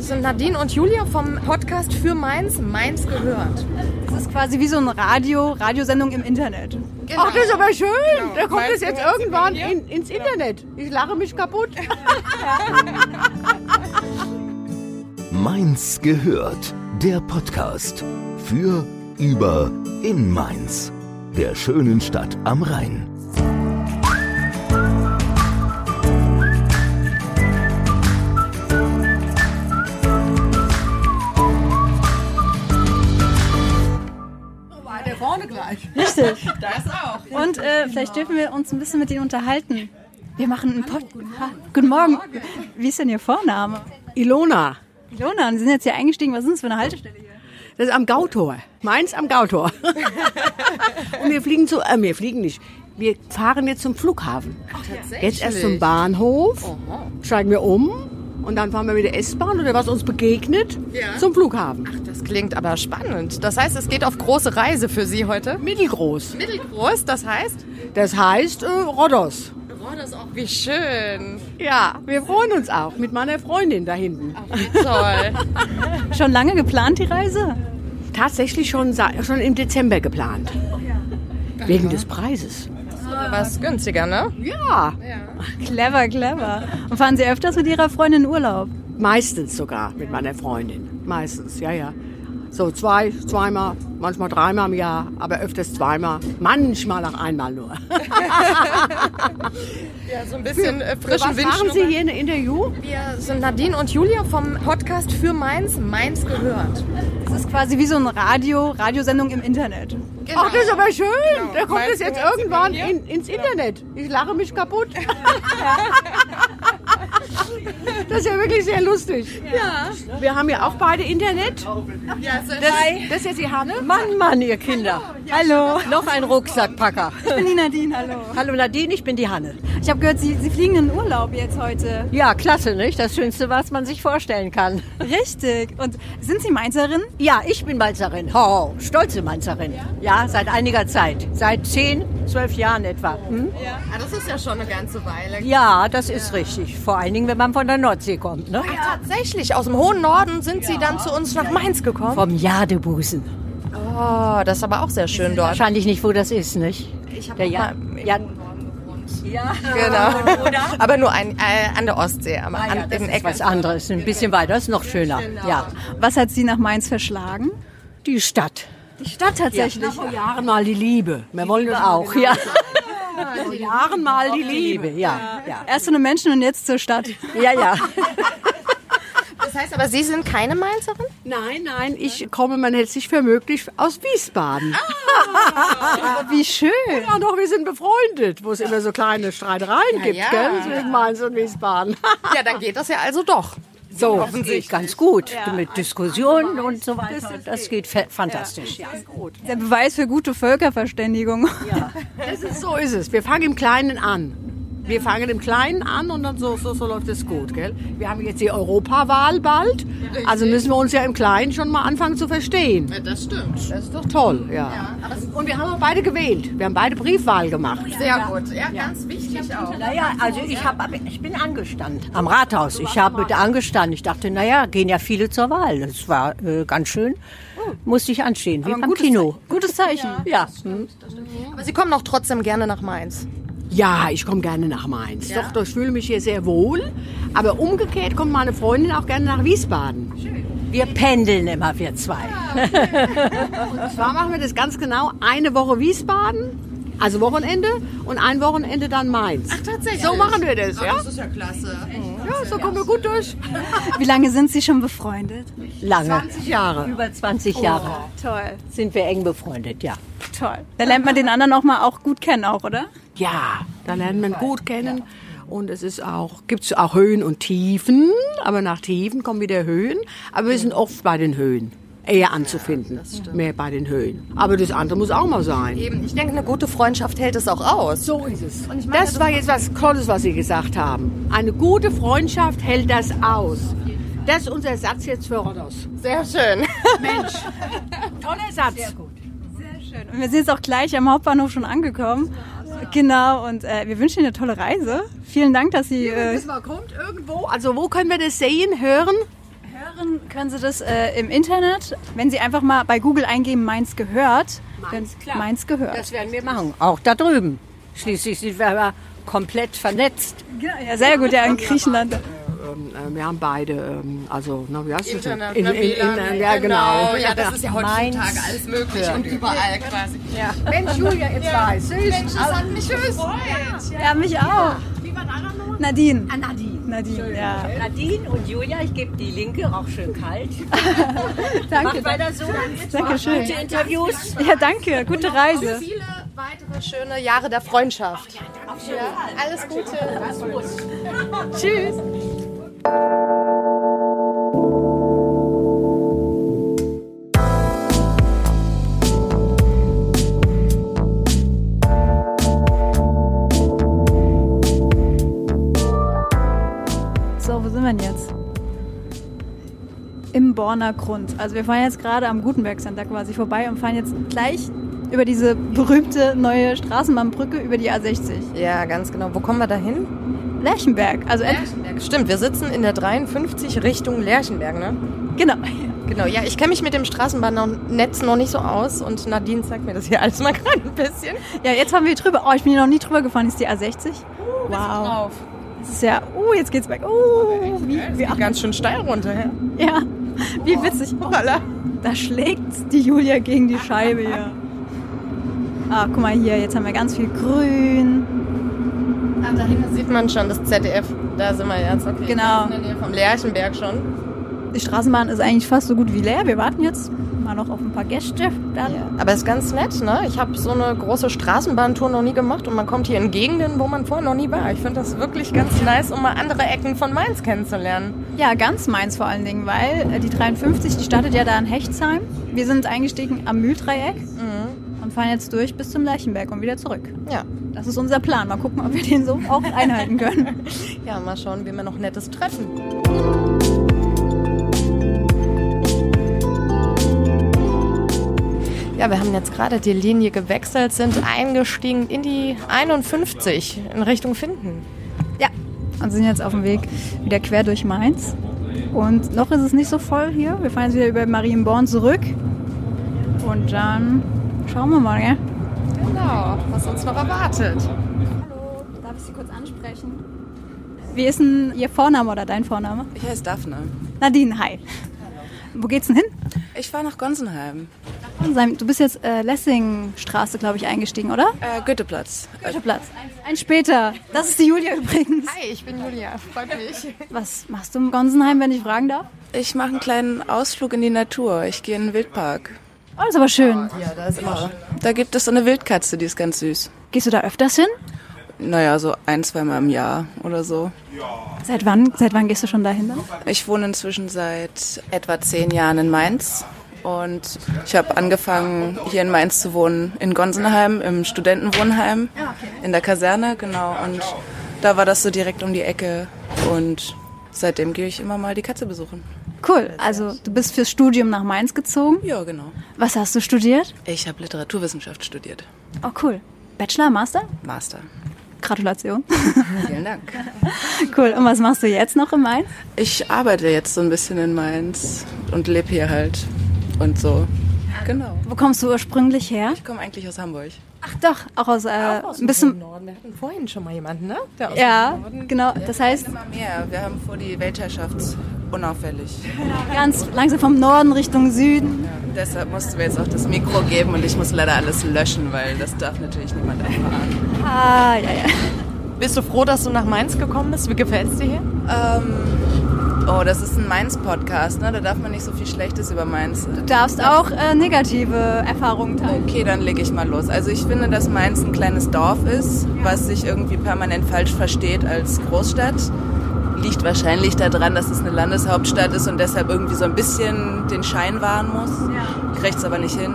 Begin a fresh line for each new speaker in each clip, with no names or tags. sind Nadine und Julia vom Podcast für Mainz, Mainz gehört.
Das ist quasi wie so ein Radio, Radiosendung im Internet.
Genau.
Ach, das ist aber schön. Da kommt
Meinst
es
du,
jetzt
hört sie
irgendwann
bei mir?
in, ins Internet. Ich lache mich kaputt.
Mainz gehört. Der Podcast für, über, in Mainz. Der schönen Stadt am Rhein.
Weiter vorne gleich.
Richtig. Das auch. Und äh, vielleicht dürfen wir uns ein bisschen mit ihnen unterhalten. Wir machen einen Podcast. Guten Morgen. Wie ist denn Ihr Vorname?
Ilona,
Ilona, Sie sind jetzt hier eingestiegen. Was ist das für eine Haltestelle hier?
das ist am Gautor. Mainz am Gautor. Und wir fliegen zu, äh, wir fliegen nicht. Wir fahren jetzt zum Flughafen. Jetzt erst zum Bahnhof, steigen wir um und dann fahren wir mit der S-Bahn oder was uns begegnet
Ja.
zum Flughafen.
Das klingt aber spannend. Das heißt, es geht auf große Reise für Sie heute.
Mittelgroß.
Mittelgroß, das heißt?
Das heißt äh, Rodos.
Boah, das ist auch wie schön.
Ja, wir freuen uns auch mit meiner Freundin da hinten.
Toll.
Schon lange geplant, die Reise?
Tatsächlich schon, sa- schon im Dezember geplant. Wegen des Preises.
Was günstiger, ne?
Ja,
Clever, clever. Und fahren Sie öfters mit Ihrer Freundin in Urlaub?
meistens sogar mit meiner Freundin. Meistens, ja, ja. So zwei, zweimal, manchmal dreimal im Jahr, aber öfters zweimal, manchmal auch einmal nur.
Ja, so ein bisschen äh,
Was
frischen Wind.
machen Sie
schnuppern.
hier in einem Interview?
Wir sind Nadine und Julia vom Podcast für Mainz, Mainz gehört.
Das ist quasi wie so ein Radio, Radiosendung im Internet.
Genau.
Ach, das ist aber schön. Da kommt
Meinst
es
du,
jetzt
hört Genau. sie
irgendwann
bei mir?
in, ins Internet. Ich lache mich kaputt. Das ist ja wirklich sehr lustig. Ja. Wir haben ja auch beide Internet.
Ja, so
Das, das ist jetzt die Hanne.
Mann, Mann, ihr Kinder.
Hallo.
Noch ein Rucksackpacker.
Ich bin die Nadine, hallo.
Hallo Nadine, ich bin die Hanne.
Ich habe gehört, Sie, Sie fliegen in Urlaub jetzt heute.
Ja, klasse, nicht? Das Schönste, was man sich vorstellen kann.
Richtig. Und sind Sie Mainzerin?
Ja, ich bin Mainzerin. Ho, ho, stolze Mainzerin. Ja, seit einiger Zeit. Seit 10, 12 Jahren etwa. Hm?
Ah, das ist ja schon eine ganze Weile.
Ja, das ist richtig. Vor allen Dingen, wenn man von der Nordsee kommt. Ne?
Tatsächlich, aus dem hohen Norden sind sie dann zu uns nach Mainz gekommen.
Vom Jadebusen.
Oh, das ist aber auch sehr schön dort.
Wahrscheinlich nicht, wo das ist, nicht?
Ich
Der ja ja ja,
Genau. Aber nur ein, äh, an der Ostsee, aber
Ah,
an,
ja, das
in
ist
Ecken.
was anderes. Ein bisschen weiter, ist noch schöner.
Genau.
Ja,
Was hat Sie nach Mainz verschlagen?
die Stadt.
Die Stadt tatsächlich.
Jahren mal die Liebe. Wir wollen das auch.
Ja,
Jahren mal die
die
Liebe.
Liebe, ja, ja.
Erst zu einem Menschen und jetzt zur Stadt.
Ja, ja.
Das heißt aber, Sie sind keine Mainzerin?
Nein, nein, ich komme, man hält sich für möglich, aus Wiesbaden.
Wie schön.
Ah. Ja, doch, wir sind befreundet, wo es immer so kleine Streitereien gibt,
ja.
gell? Zwischen Mainz und Wiesbaden.
Ja, dann geht das ja also doch.
So, das geht ganz gut mit Diskussionen und so weiter. Das geht fe- fantastisch. Ja.
Der Beweis für gute Völkerverständigung.
Das ist, so ist es. Wir fangen im Kleinen an. Wir fangen im Kleinen an und dann so, so, so läuft es gut, gell? Wir haben jetzt die Europawahl bald, also müssen wir uns ja im Kleinen schon mal anfangen zu verstehen.
das stimmt.
Das ist doch toll, ja. und wir haben auch beide gewählt. Wir haben beide Briefwahl gemacht.
Sehr gut. Ja, ganz wichtig auch.
Naja, also ich, hab, ich bin angestanden am Rathaus. Ich habe da angestanden. Ich dachte, naja, gehen ja viele zur Wahl. Das war äh, ganz schön. Musste ich anstehen, wie beim Kino.
Gutes Zeichen.
Ja,
Aber Sie kommen auch trotzdem gerne nach Mainz.
Ja, ich komme gerne nach Mainz. Doch, doch, ich fühle mich hier sehr wohl. Aber umgekehrt kommt meine Freundin auch gerne nach Wiesbaden.
wir pendeln immer, wir zwei.
Und zwar machen wir das ganz genau eine Woche Wiesbaden, also Wochenende, und ein Wochenende dann Mainz.
Tatsächlich.
So machen wir das, ja?
ist ja klasse.
Ja, so kommen wir gut durch.
Wie lange sind Sie schon befreundet?
Lange.
20 Jahre.
Über 20 Jahre
Toll,
sind wir eng befreundet, ja.
toll. Da lernt man den anderen auch mal auch gut kennen, auch, oder?
Ja, da lernt man gut kennen. Und es ist auch, gibt es auch Höhen und Tiefen, aber nach Tiefen kommen wieder Höhen. Aber wir sind oft bei den Höhen eher anzufinden, mehr bei den Höhen. Aber das andere muss auch mal sein.
Eben, ich denke, eine gute Freundschaft hält es auch aus.
So ist es. das war jetzt was Tolles, was Sie gesagt haben. Eine gute Freundschaft hält das aus. Das ist unser Satz jetzt für Rodos.
Sehr schön.
Toller Satz.
Und wir sind jetzt auch gleich am Hauptbahnhof schon angekommen. Genau, und äh, wir wünschen Ihnen eine tolle Reise. Vielen Dank, dass Sie. Äh,
Das mal kommt irgendwo. Also wo können wir das sehen, hören?
Hören können Sie das äh, im Internet, wenn Sie einfach mal bei Google eingeben, Mainz gehört. Mainz, klar. Mainz gehört.
Das werden wir machen, auch da drüben. Schließlich sind wir aber komplett vernetzt.
ja, ja, sehr gut, ja, in Griechenland.
Ähm, äh, wir haben beide, ähm, also, na, wie heißt das denn?
Internet,
In-
ne,
in-
WLAN,
in- Ja, genau.
Ja, das ist ja heutzutage alles möglich und überall quasi. Ja. Mensch, Julia, jetzt ja. war es süß. Mensch, das hat mich süß.
Ja, mich auch. Nadine. Ah, Nadine. Nadine, ja.
Nadine und Julia, ich gebe die linke auch schön kalt.
Danke.
Weiter so.
Danke schön.
Interviews.
Ja, danke. Gute Reise.
Viele weitere schöne Jahre der Freundschaft. Ja, alles Gute.
Tschüss. So, wo sind wir denn jetzt? Im Borner Grund. Also wir fahren jetzt gerade am Gutenberg Center quasi vorbei und fahren jetzt gleich über diese berühmte neue Straßenbahnbrücke über die A60.
Ja, ganz genau. Wo kommen wir da hin?
Lerchenberg. Also ent-
Stimmt, wir sitzen in der 53 Richtung Lerchenberg, ne?
Genau.
Genau, ja, ich kenne mich mit dem Straßenbahnnetz noch nicht so aus und Nadine zeigt mir das hier alles mal gerade ein bisschen.
Ja, jetzt haben wir drüber. Oh, ich bin hier noch nie drüber gefahren. Ist die A60? wow.
Auf.
Das ist ja. Oh, jetzt geht's weg. Oh, wie, wie, ach,
Ganz schön steil runter. Ja.
ja. Wie witzig. Oh, da schlägt die Julia gegen die Scheibe hier. Ah, guck mal hier. Jetzt haben wir ganz viel Grün.
Ah, da hinten sieht man schon das ZDF. Da sind wir jetzt. Okay.
Genau.
In der Nähe vom Lerchenberg schon.
Die Straßenbahn ist eigentlich fast so gut wie leer. Wir warten jetzt mal noch auf ein paar Gäste. Dann.
Aber ist ganz nett, ne? Ich habe so eine große Straßenbahntour noch nie gemacht und man kommt hier in Gegenden, wo man vorher noch nie war. Ich finde das wirklich ganz nice, um mal andere Ecken von Mainz kennenzulernen.
Ja, ganz Mainz vor allen Dingen, weil äh, die 53, die startet ja da in Hechtsheim. Wir sind eingestiegen am Mühldreieck und fahren jetzt durch bis zum Lerchenberg und wieder zurück.
Ja.
Das ist unser Plan. Mal gucken, ob wir den so auch einhalten können.
Ja, mal schauen, wie wir noch Nettes treffen. Ja, wir haben jetzt gerade die Linie gewechselt, sind eingestiegen in die 51 in Richtung Finden.
Ja. Und sind jetzt auf dem Weg wieder quer durch Mainz. Und noch ist es nicht so voll hier. Wir fahren jetzt wieder über Marienborn zurück. Und dann schauen wir mal, gell?
Genau, was uns noch erwartet.
Darf ich Sie kurz ansprechen? Wie ist denn Ihr Vorname oder dein Vorname?
Ich heiße Daphne.
Nadine, hi. Wo geht's denn hin?
Ich fahre nach Gonsenheim.
Gonsenheim. Du bist jetzt äh, Lessingstraße, glaube ich, eingestiegen, oder?
Äh, Goetheplatz.
Goetheplatz. Ein später. Das ist die Julia übrigens.
Hi, ich bin Julia, freut mich.
Was machst du im Gonsenheim, wenn ich fragen darf?
Ich mache einen kleinen Ausflug in die Natur. Ich gehe in den Wildpark.
Oh, das ist aber schön.
Da gibt es so eine Wildkatze, die ist ganz süß.
Gehst du da öfters hin?
Naja, so ein, zweimal im Jahr oder so.
Seit wann, seit wann gehst du schon dahin? Dann?
Ich wohne inzwischen seit etwa zehn Jahren in Mainz. Und ich habe angefangen, hier in Mainz zu wohnen, in Gonsenheim, im Studentenwohnheim, in der Kaserne, genau. Und da war das so direkt um die Ecke. Und seitdem gehe ich immer mal die Katze besuchen.
Cool. Also du bist fürs Studium nach Mainz gezogen.
Ja, genau.
Was hast du studiert?
Ich habe Literaturwissenschaft studiert.
Oh, cool. Bachelor, Master?
Master.
Gratulation.
Vielen Dank.
cool. Und was machst du jetzt noch in Mainz?
Ich arbeite jetzt so ein bisschen in Mainz und lebe hier halt und so. Genau.
Wo kommst du ursprünglich her?
Ich komme eigentlich aus Hamburg.
Ach doch, auch aus, äh, ein bisschen.
Norden. Wir hatten vorhin schon mal jemanden, ne? Der aus
Ja, genau. Das heißt,
Immer mehr. Wir haben vor die Weltherrschaft unauffällig.
ganz langsam vom Norden Richtung Süden.
Deshalb mussten wir jetzt auch das Mikro geben und ich muss leider alles löschen, weil das darf natürlich niemand erfahren.
Ah, ja, ja.
Bist du froh, dass du nach Mainz gekommen bist? Wie gefällt's dir hier?
Ähm, oh, das ist ein Mainz-Podcast, ne? Da darf man nicht so viel Schlechtes über Mainz.
Du darfst auch äh, negative Erfahrungen teilen.
Okay, dann lege ich mal los. Also ich finde, dass Mainz ein kleines Dorf ist, was sich irgendwie permanent falsch versteht als Großstadt. Liegt wahrscheinlich daran, dass es eine Landeshauptstadt ist und deshalb irgendwie so ein bisschen den Schein wahren muss.
Ja.
Ich krieg's aber nicht hin.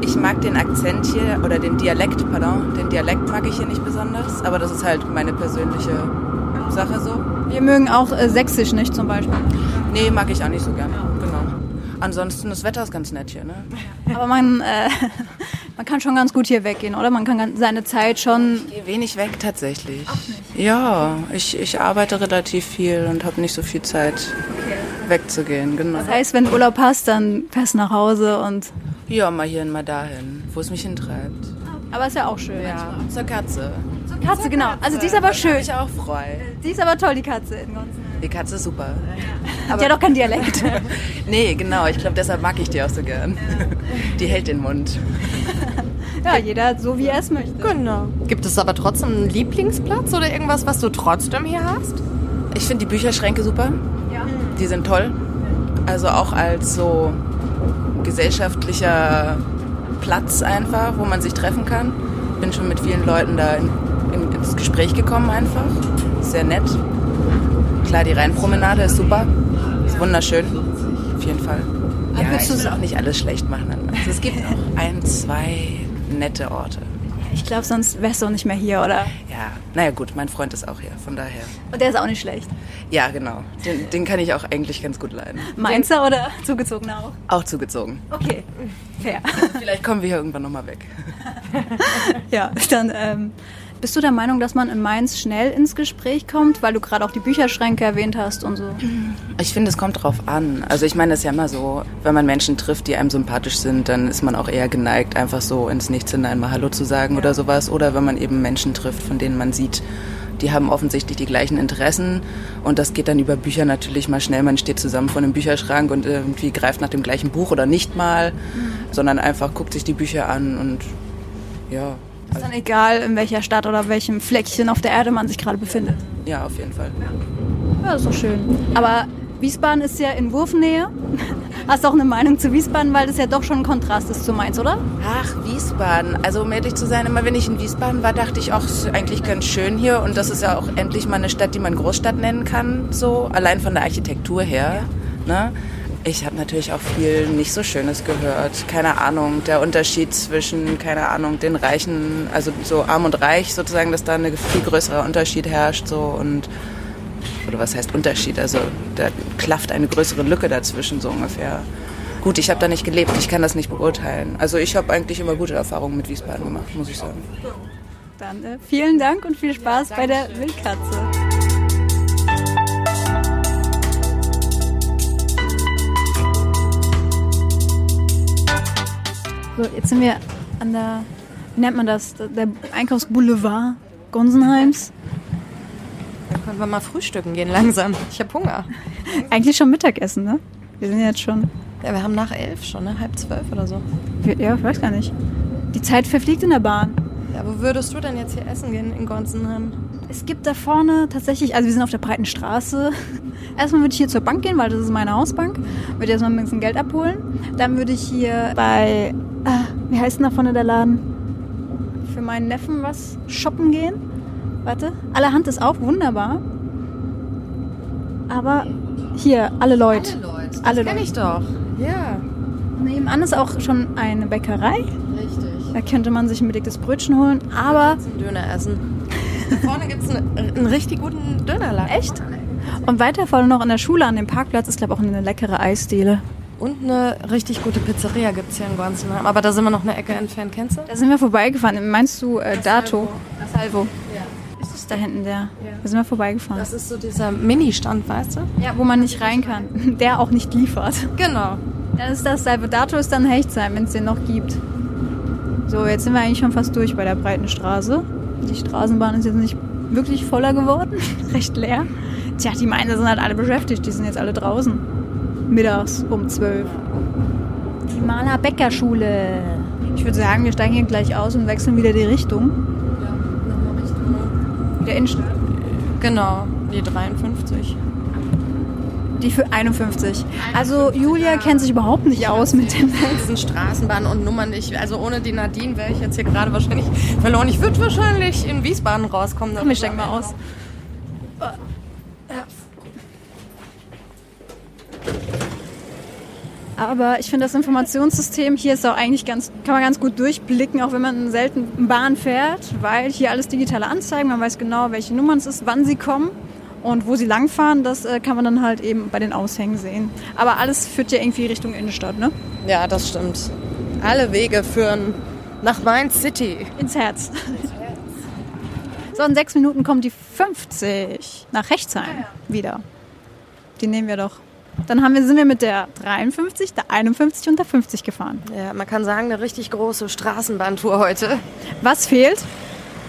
Ich mag den Akzent hier, oder den Dialekt, pardon, den Dialekt mag ich hier nicht besonders, aber das ist halt meine persönliche Sache so.
Wir mögen auch äh, Sächsisch nicht zum Beispiel.
Nee, mag ich auch nicht so gerne. Genau. Ansonsten, das Wetter ist ganz nett hier, ne?
Aber man, äh, man kann schon ganz gut hier weggehen, oder? Man kann ganz- seine Zeit schon.
gehe wenig weg tatsächlich. Ja, ich, ich arbeite relativ viel und habe nicht so viel Zeit. wegzugehen, genau.
Das heißt, wenn Urlaub hast, dann fährst du nach Hause und.
Ja, mal hierhin, mal dahin, wo es mich hintreibt.
Aber ist ja auch schön.
Ja, zur Katze.
Katze, genau. Also die ist aber schön.
Ich auch freue.
Die ist aber toll, die Katze in Gonsen.
Die Katze ist super.
Die hat auch keinen Dialekt.
Nee, genau, ich glaube, deshalb mag ich die auch so gern. Die hält den Mund.
ja, jeder so, wie er es möchte.
Genau. Gibt es aber trotzdem einen Lieblingsplatz oder irgendwas, was du trotzdem hier hast?
Ich finde die Bücherschränke super. Die sind toll. Also auch als so gesellschaftlicher Platz einfach, wo man sich treffen kann. Bin schon mit vielen Leuten da in, in, ins Gespräch gekommen einfach. Sehr nett. Klar, die Rheinpromenade ist super. Ist wunderschön. Auf jeden Fall. Aber ja, würdest du auch nicht alles schlecht machen? an Mainz. es gibt auch ein, zwei nette Orte.
Ich glaube, sonst wärst du auch nicht mehr hier, oder?
Ja, naja gut, mein Freund ist auch hier, von daher.
Und der ist auch nicht schlecht.
Ja, genau. Den, den kann ich auch eigentlich ganz gut leiden.
Mainzer oder zugezogener auch?
Auch zugezogen.
Okay, fair.
Oh, Vielleicht kommen wir hier irgendwann nochmal weg.
Ja, dann ähm, bist du der Meinung, dass man in Mainz schnell ins Gespräch kommt, weil du gerade auch die Bücherschränke erwähnt hast und so?
Ich finde, es kommt drauf an. Also ich meine, das ist ja immer so, wenn man Menschen trifft, die einem sympathisch sind, dann ist man auch eher geneigt, einfach so ins Nichts hinein mal Hallo zu sagen oder sowas. Oder wenn man eben Menschen trifft, von denen man sieht, die haben offensichtlich die gleichen Interessen und das geht dann über Bücher natürlich mal schnell. Man steht zusammen vor einem Bücherschrank und irgendwie greift nach dem gleichen Buch oder nicht mal, sondern einfach guckt sich die Bücher an und ja,
Ist dann egal, in welcher Stadt oder welchem Fleckchen auf der Erde man sich gerade befindet.
ja, auf jeden Fall.
Ja, ist doch schön. Aber Wiesbaden ist ja in Wurfnähe. Hast du auch eine Meinung zu Wiesbaden, weil das ja doch schon ein Kontrast ist zu Mainz, oder?
Ach, Wiesbaden. Also um ehrlich zu sein, immer wenn ich in Wiesbaden war, dachte ich auch, es ist eigentlich ganz schön hier und das ist ja auch endlich mal eine Stadt, die man Großstadt nennen kann, so allein von der Architektur her. Ne? Ich habe natürlich auch viel nicht so Schönes gehört. Keine Ahnung, der Unterschied zwischen, keine Ahnung, den Reichen, also so arm und reich sozusagen, dass da ein viel größerer Unterschied herrscht so und oder was heißt Unterschied? Also da klafft eine größere Lücke dazwischen so ungefähr. Gut, ich habe da nicht gelebt, ich kann das nicht beurteilen. Also ich habe eigentlich immer gute Erfahrungen mit Wiesbaden gemacht, muss ich sagen.
Dann äh, vielen Dank und viel Spaß bei der Wildkatze. So, jetzt sind wir an der, wie nennt man das, der Einkaufsboulevard Gonsenheims.
Dann können wir mal frühstücken gehen langsam. Ich habe Hunger.
Eigentlich schon Mittagessen, ne? Wir sind jetzt schon,
Ja, wir haben nach elf schon, ne? halb zwölf oder so.
ja, ich weiß gar nicht. Die Zeit verfliegt in der Bahn.
Ja, wo würdest du denn jetzt hier essen gehen in Gonsenheim?
Es gibt da vorne tatsächlich, also wir sind auf der breiten Straße. Erstmal würde ich hier zur Bank gehen, weil das ist meine Hausbank. Würde erstmal ein bisschen Geld abholen. Dann würde ich hier bei, ah, wie heißt denn da vorne der Laden? Für meinen Neffen was shoppen gehen. Warte, allerhand ist auch wunderbar. Aber hier, alle Leute.
Leute.
Alle
Kenn
Leute.
ich doch. Ja.
Nebenan ist auch schon eine Bäckerei. Richtig. Da könnte man sich ein belegtes Brötchen holen. Aber
Zum Döner essen. da vorne gibt's einen, einen richtig guten Dönerladen.
Echt? Und um weiter vorne noch an der Schule, an dem Parkplatz, ist, glaube ich, auch eine leckere Eisdiele.
Und eine richtig gute Pizzeria gibt's hier in Gonsenheim. Aber da sind wir noch eine Ecke entfernt, kennst du?
Da sind wir vorbeigefahren. Meinst du äh, Dato? Das Salvo. Ist das da hinten der? Da sind wir vorbeigefahren.
Das ist so dieser Mini-Stand, weißt du?
ja, wo man nicht rein kann. Der auch nicht liefert.
Genau.
Dann ist das Salvo. Dato ist dann Hechtsheim, wenn es den noch gibt. So, jetzt sind wir eigentlich schon fast durch bei der breiten Straße. Die Straßenbahn ist jetzt nicht wirklich voller geworden. Recht leer. Tja, die Mainzer sind halt alle beschäftigt. Die sind jetzt alle draußen. Mittags um 12. Die Maler Bäckerschule. Ich würde sagen, wir steigen hier gleich aus und wechseln wieder die Richtung. Der Innenstadt.
Genau, die 53.
Die für 51. Also Julia kennt sich überhaupt nicht aus mit dem.
diesen Straßenbahnen und Nummern. Ich, also ohne die Nadine wäre ich jetzt hier gerade wahrscheinlich verloren. Ich würde wahrscheinlich in Wiesbaden rauskommen.
Komm, wir steigen mal aus. Aber ich finde das Informationssystem hier ist auch eigentlich ganz, kann man ganz gut durchblicken, auch wenn man selten Bahn fährt, weil hier alles digitale Anzeigen, man weiß genau, welche Nummern es ist, wann sie kommen und wo sie langfahren, das äh, kann man dann halt eben bei den Aushängen sehen. Aber alles führt ja irgendwie Richtung Innenstadt, ne?
Ja, das stimmt. Alle Wege führen nach Mainz City.
Ins Herz. So, in sechs
Ah,
Minuten kommt die 50 nach Rechtsheim wieder. Die nehmen wir doch. Dann haben wir, sind wir mit der 53, der 51 und der 50 gefahren.
Ja, man kann sagen, eine richtig große Straßenbahntour heute.
Was fehlt?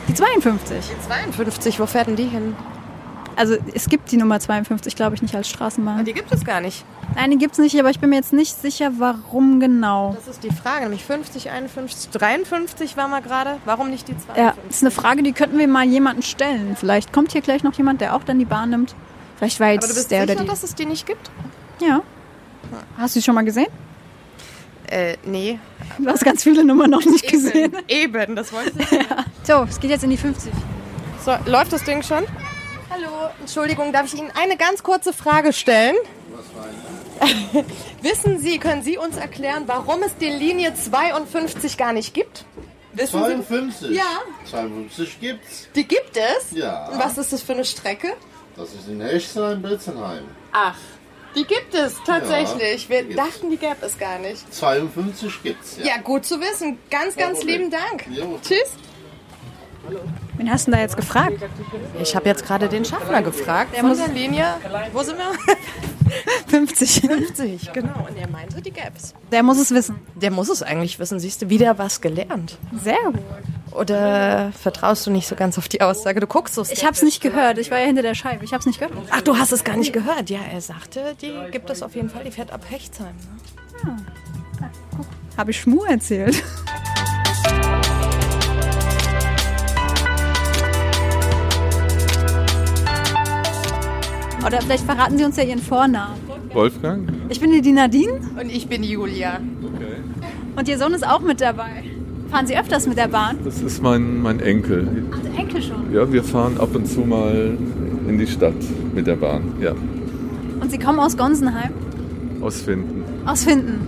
Die 52.
52, wo fährt denn die hin?
Also es gibt die Nummer 52, glaube ich, nicht als Straßenbahn.
Die gibt es gar nicht.
Nein, die gibt es nicht, aber ich bin mir jetzt nicht sicher, warum genau.
Das ist die Frage, nämlich 50, 51, 53 war mal gerade. Warum nicht die 52?
Ja, ist eine Frage, die könnten wir mal jemanden stellen. Vielleicht kommt hier gleich noch jemand, der auch dann die Bahn nimmt. Vielleicht war jetzt
Aber du bist
der
sicher,
oder die.
dass es die nicht gibt?
Ja. Hast du die schon mal gesehen?
Äh, nee.
Du hast ganz viele Nummern noch nicht gesehen.
Eben, das wollte ich. nicht.
So, es geht jetzt in die 50.
So, läuft das Ding schon? Hallo, Entschuldigung, darf ich Ihnen eine ganz kurze Frage stellen? Wissen Sie, können Sie uns erklären, warum es die Linie 52 gar nicht gibt? Wissen Sie,
52?
Ja.
52 gibt's.
die gibt es?
Ja.
Und was ist das für eine Strecke?
Das ist in Echtstein, Blitzenheim.
Ach, die gibt es tatsächlich.
Ja,
Wir
die gibt's.
dachten, die gäbe es gar nicht.
52 gibt's, ja.
Ja, gut zu wissen. Ganz, ganz
Problem.
lieben Dank.
Jo.
Tschüss.
Wen hast du denn da jetzt gefragt?
Ich habe jetzt gerade den Schaffner gefragt. Der
muss-
der Linie. Wo sind wir?
50.
50, genau. Und er meinte, die gäbe es.
Der muss es wissen.
Der muss es eigentlich wissen. Siehst du, wieder was gelernt.
Sehr gut.
Oder vertraust du nicht so ganz auf die Aussage? Du guckst so.
Ich habe es nicht gehört. Ich war ja hinter der Scheibe. Ich habe es nicht gehört.
Ach, du hast es gar nicht gehört. Ja, er sagte, die gibt es auf jeden Fall. Die fährt ab Hechtsheim. Ne?
Habe ich Schmu erzählt? Oder vielleicht verraten Sie uns ja Ihren Vornamen.
Wolfgang?
Ich bin die die Nadine
Und ich bin Julia.
Okay.
und Ihr Sohn ist auch mit dabei. Fahren Sie öfters mit der Bahn?
Das ist mein, mein Enkel.
Ach, der Enkel schon.
Ja, wir fahren ab und zu mal in die Stadt mit der Bahn. Ja,
Und Sie kommen aus Gonsenheim?
aus Finden.
Aus Finden.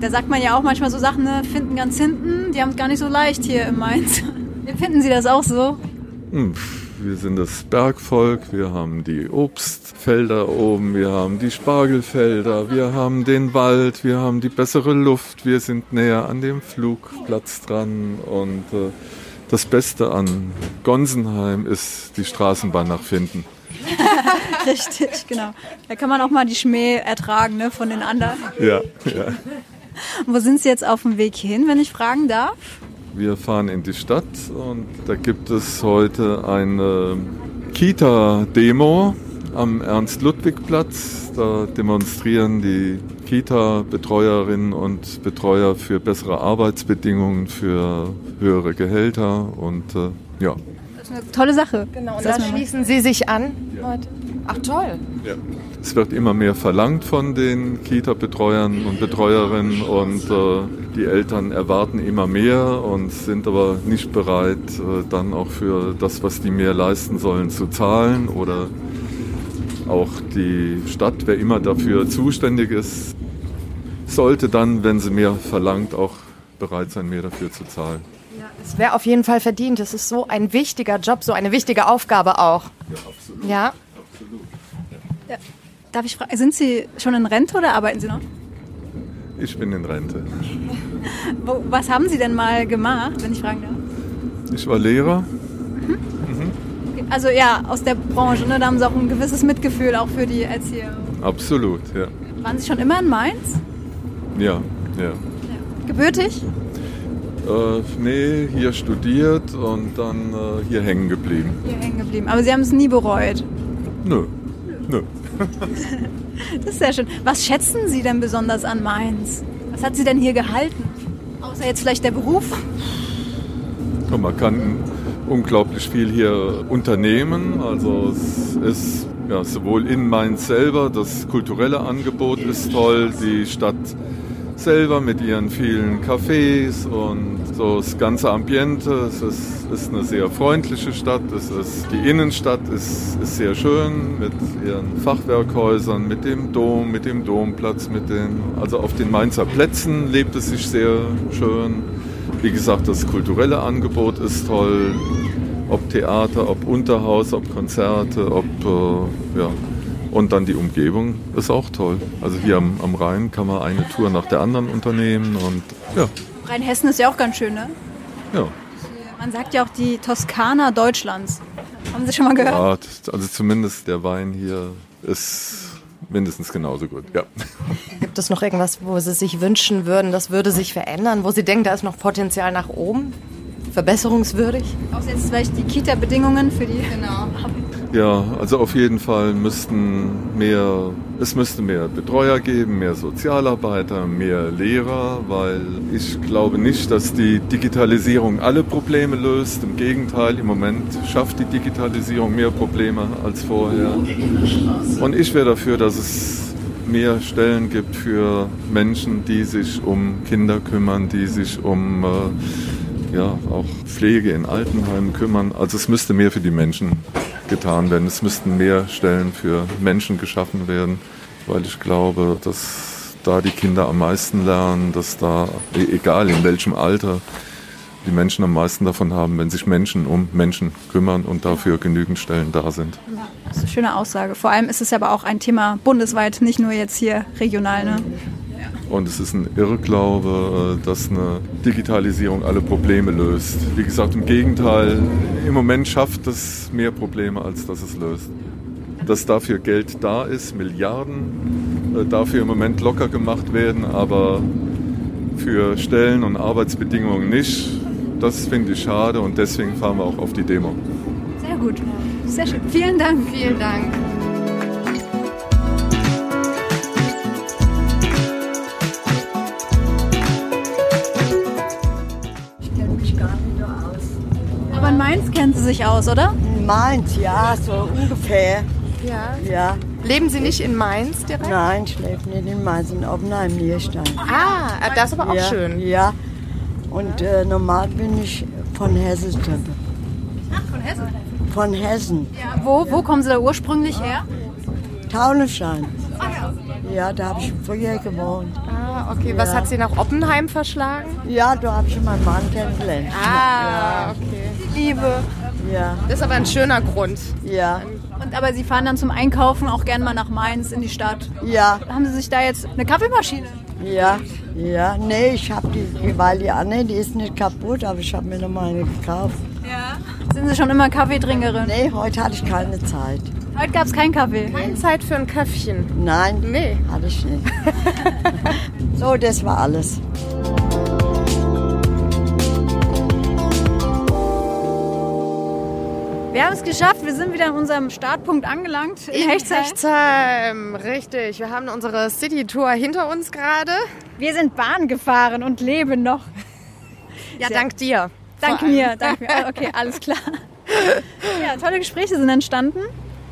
Da sagt man ja auch manchmal so Sachen, ne? Finden ganz hinten, die haben es gar nicht so leicht hier in Mainz. Finden Sie das auch so?
Hm, Wir sind das Bergvolk, wir haben die Obstfelder oben, wir haben die Spargelfelder, wir haben den Wald, wir haben die bessere Luft, wir sind näher an dem Flugplatz dran und äh, das Beste an Gonsenheim ist die Straßenbahn nach Finden.
Richtig, genau. Da kann man auch mal die Schmäh ertragen, ne, von den anderen.
Ja, ja.
Wo sind Sie jetzt auf dem Weg hin, wenn ich fragen darf?
Wir fahren in die Stadt und da gibt es heute eine Kita-Demo am Ernst-Ludwig-Platz. Da demonstrieren die Kita-Betreuerinnen und Betreuer für bessere Arbeitsbedingungen, für höhere Gehälter und äh, ja.
Das ist eine tolle Sache.
Genau, und
Sag
da
mir mal.
schließen Sie sich an. Leute. Ach toll.
Es wird immer mehr verlangt von den Kita-Betreuern und Betreuerinnen und äh, die Eltern erwarten immer mehr und sind aber nicht bereit, äh, dann auch für das, was die mehr leisten sollen, zu zahlen oder auch die Stadt, wer immer dafür zuständig ist, sollte dann, wenn sie mehr verlangt, auch bereit sein, mehr dafür zu zahlen.
Es wäre auf jeden Fall verdient. Es ist so ein wichtiger Job, so eine wichtige Aufgabe auch. Ja, absolut. Ja.
Darf ich fragen, sind Sie schon in Rente oder arbeiten Sie noch?
Ich bin in Rente.
Wo, was haben Sie denn mal gemacht, wenn ich fragen darf?
Ich war Lehrer.
Okay, Also ja, aus der Branche, ne, da haben Sie auch ein gewisses Mitgefühl auch für die Erzieher.
Absolut, ja.
Waren Sie schon immer in Mainz?
Ja, ja.
Gebürtig?
Äh, nee, hier studiert und dann äh, hier hängen geblieben.
Hier hängen geblieben. Aber Sie haben es nie bereut.
Nö. Nö.
Das ist sehr schön. Was schätzen Sie denn besonders an Mainz? Was hat Sie denn hier gehalten? Außer jetzt vielleicht der Beruf?
Und man kann unglaublich viel hier unternehmen. Also es ist ja, sowohl in Mainz selber, das kulturelle Angebot ist toll, die Stadt selber mit ihren vielen Cafés und so das ganze Ambiente. Es ist, ist eine sehr freundliche Stadt. Es ist, die Innenstadt ist, ist sehr schön mit ihren Fachwerkhäusern, mit dem Dom, mit dem Domplatz, mit den, also auf den Mainzer Plätzen lebt es sich sehr schön. Wie gesagt, das kulturelle Angebot ist toll. Ob Theater, ob Unterhaus, ob Konzerte, ob, äh, ja. Und dann die Umgebung ist auch toll. Also hier am, am Rhein kann man eine Tour nach der anderen unternehmen und ja,
Rheinhessen ist ja auch ganz schön, ne?
ja.
Man sagt ja auch die Toskana Deutschlands. Haben Sie schon mal gehört?
Ja, Also zumindest der Wein hier ist mindestens genauso gut. Ja.
Gibt es noch irgendwas, wo Sie sich wünschen würden, das würde sich verändern, wo Sie denken, da ist noch Potenzial nach oben? Verbesserungswürdig?
Außer jetzt vielleicht die Kita-Bedingungen für die. Genau.
Ja, also auf jeden Fall müssten mehr, es müsste mehr Betreuer geben, mehr Sozialarbeiter, mehr Lehrer, weil ich glaube nicht, dass die Digitalisierung alle Probleme löst. Im Gegenteil, im Moment schafft die Digitalisierung mehr Probleme als vorher. Und ich wäre dafür, dass es mehr Stellen gibt für Menschen, die sich um Kinder kümmern, die sich um äh, ja, auch Pflege in Altenheimen kümmern. Also es müsste mehr für die Menschen getan werden. Es müssten mehr Stellen für Menschen geschaffen werden, weil ich glaube, dass da die Kinder am meisten lernen, dass da, e, egal in welchem Alter, die Menschen am meisten davon haben, wenn sich Menschen um Menschen kümmern und dafür genügend Stellen da sind.
Das ist eine schöne Aussage. Vor allem ist es aber auch ein Thema bundesweit, nicht nur jetzt hier regional. Ne?
Und es ist ein Irrglaube, äh, dass eine Digitalisierung alle Probleme löst. Wie gesagt, im Gegenteil, im Moment schafft es mehr Probleme, als dass es löst. Dass dafür Geld da ist, Milliarden äh, dafür im Moment locker gemacht werden, aber für Stellen und Arbeitsbedingungen nicht, das finde ich schade und deswegen fahren wir auch auf die Demo.
Sehr gut. Sehr schön. Vielen Dank.
Vielen Dank.
Aber in Mainz kennen Sie sich aus, oder?
Mainz, ja, so ungefähr.
Ja.
Ja.
Leben Sie nicht in Mainz direkt?
Nein, ich lebe nicht in Mainz, in Oppenheim, Nierstein.
Ah, das ist aber auch
ja,
schön.
Ja. Und äh, normal bin ich von Hessen.
Von Hessen.
Von Hessen.
Ja, wo, wo kommen Sie da ursprünglich her?
Taunenstein.
Ah,
Ja, da habe ich früher gewohnt.
Ah, okay. Was hat Sie nach Oppenheim verschlagen?
Ja, da habe ich meinen Mann kennengelernt.
Ah, okay. Liebe.
Ja,
Das ist aber ein schöner Grund.
ja,
Und, aber Sie fahren dann zum Einkaufen auch gerne mal nach Mainz in die Stadt.
ja,
Haben Sie sich da jetzt eine Kaffeemaschine?
ja, ja. Nee, ich habe die, weil die andere, die ist nicht kaputt, aber ich habe mir noch mal eine gekauft.
Ja. Sind Sie schon immer Kaffeetrinkerin?
Nee, heute hatte ich keine Zeit.
Heute gab es keinen Kaffee.
Keine Zeit für ein Käffchen.
Nein,
Nee.
Hatte ich nicht. so, das war alles.
Wir haben es geschafft. Wir sind wieder an unserem Startpunkt angelangt. In Hechtsheim.
Hechtsheim, richtig. Wir haben unsere City-Tour hinter uns gerade.
Wir sind Bahn gefahren und leben noch.
Ja, dank dir.
Dank mir, dank mir. Ah, Okay, alles klar. Ja, tolle Gespräche sind entstanden.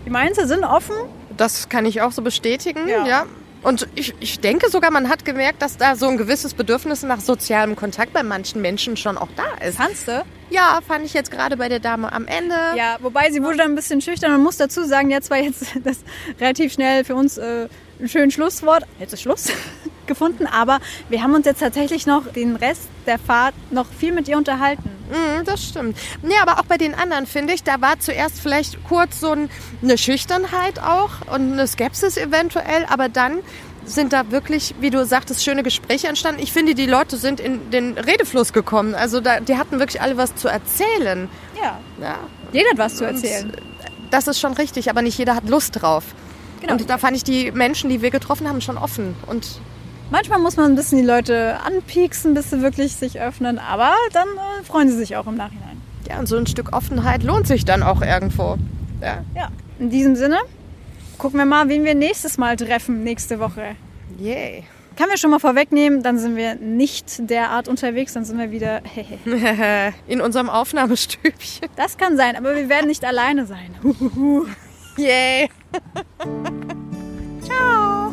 Die Mainzer sind offen.
Das kann ich auch so bestätigen, ja. Und ich, ich denke sogar, man hat gemerkt, dass da so ein gewisses Bedürfnis nach sozialem Kontakt bei manchen Menschen schon auch da ist.
Kannst du?
Ja, fand ich jetzt gerade bei der Dame am Ende.
Ja, wobei sie wurde dann ein bisschen schüchtern. Man muss dazu sagen, jetzt war jetzt das relativ schnell für uns äh, ein schönes Schlusswort. Jetzt ist Schluss gefunden, aber wir haben uns jetzt tatsächlich noch den Rest der Fahrt noch viel mit ihr unterhalten.
Mhm, das stimmt. Nee, aber auch bei den anderen finde ich, da war zuerst vielleicht kurz so ein, eine Schüchternheit auch und eine Skepsis eventuell, aber dann sind da wirklich, wie du sagtest, schöne Gespräche entstanden. Ich finde, die Leute sind in den Redefluss gekommen. Also da, die hatten wirklich alle was zu erzählen.
Ja,
Ja, äh,
jeder hat was zu erzählen.
das ist schon richtig, aber nicht jeder hat Lust drauf.
Genau.
Und da fand ich die Menschen, die wir getroffen haben, schon offen. Und
Manchmal muss man ein bisschen die Leute anpieksen, bis sie wirklich sich öffnen, aber dann äh, freuen sie sich auch im Nachhinein.
ja, und so ein Stück Offenheit lohnt sich dann auch irgendwo. Ja.
Ja, in diesem Sinne gucken wir mal, wen wir nächstes Mal treffen, nächste Woche.
Yay.
Kann wir schon mal vorwegnehmen, dann sind wir nicht derart unterwegs, dann sind wir wieder.
In unserem Aufnahmestübchen.
Das kann sein, aber wir werden nicht alleine sein.
Yay. Ciao.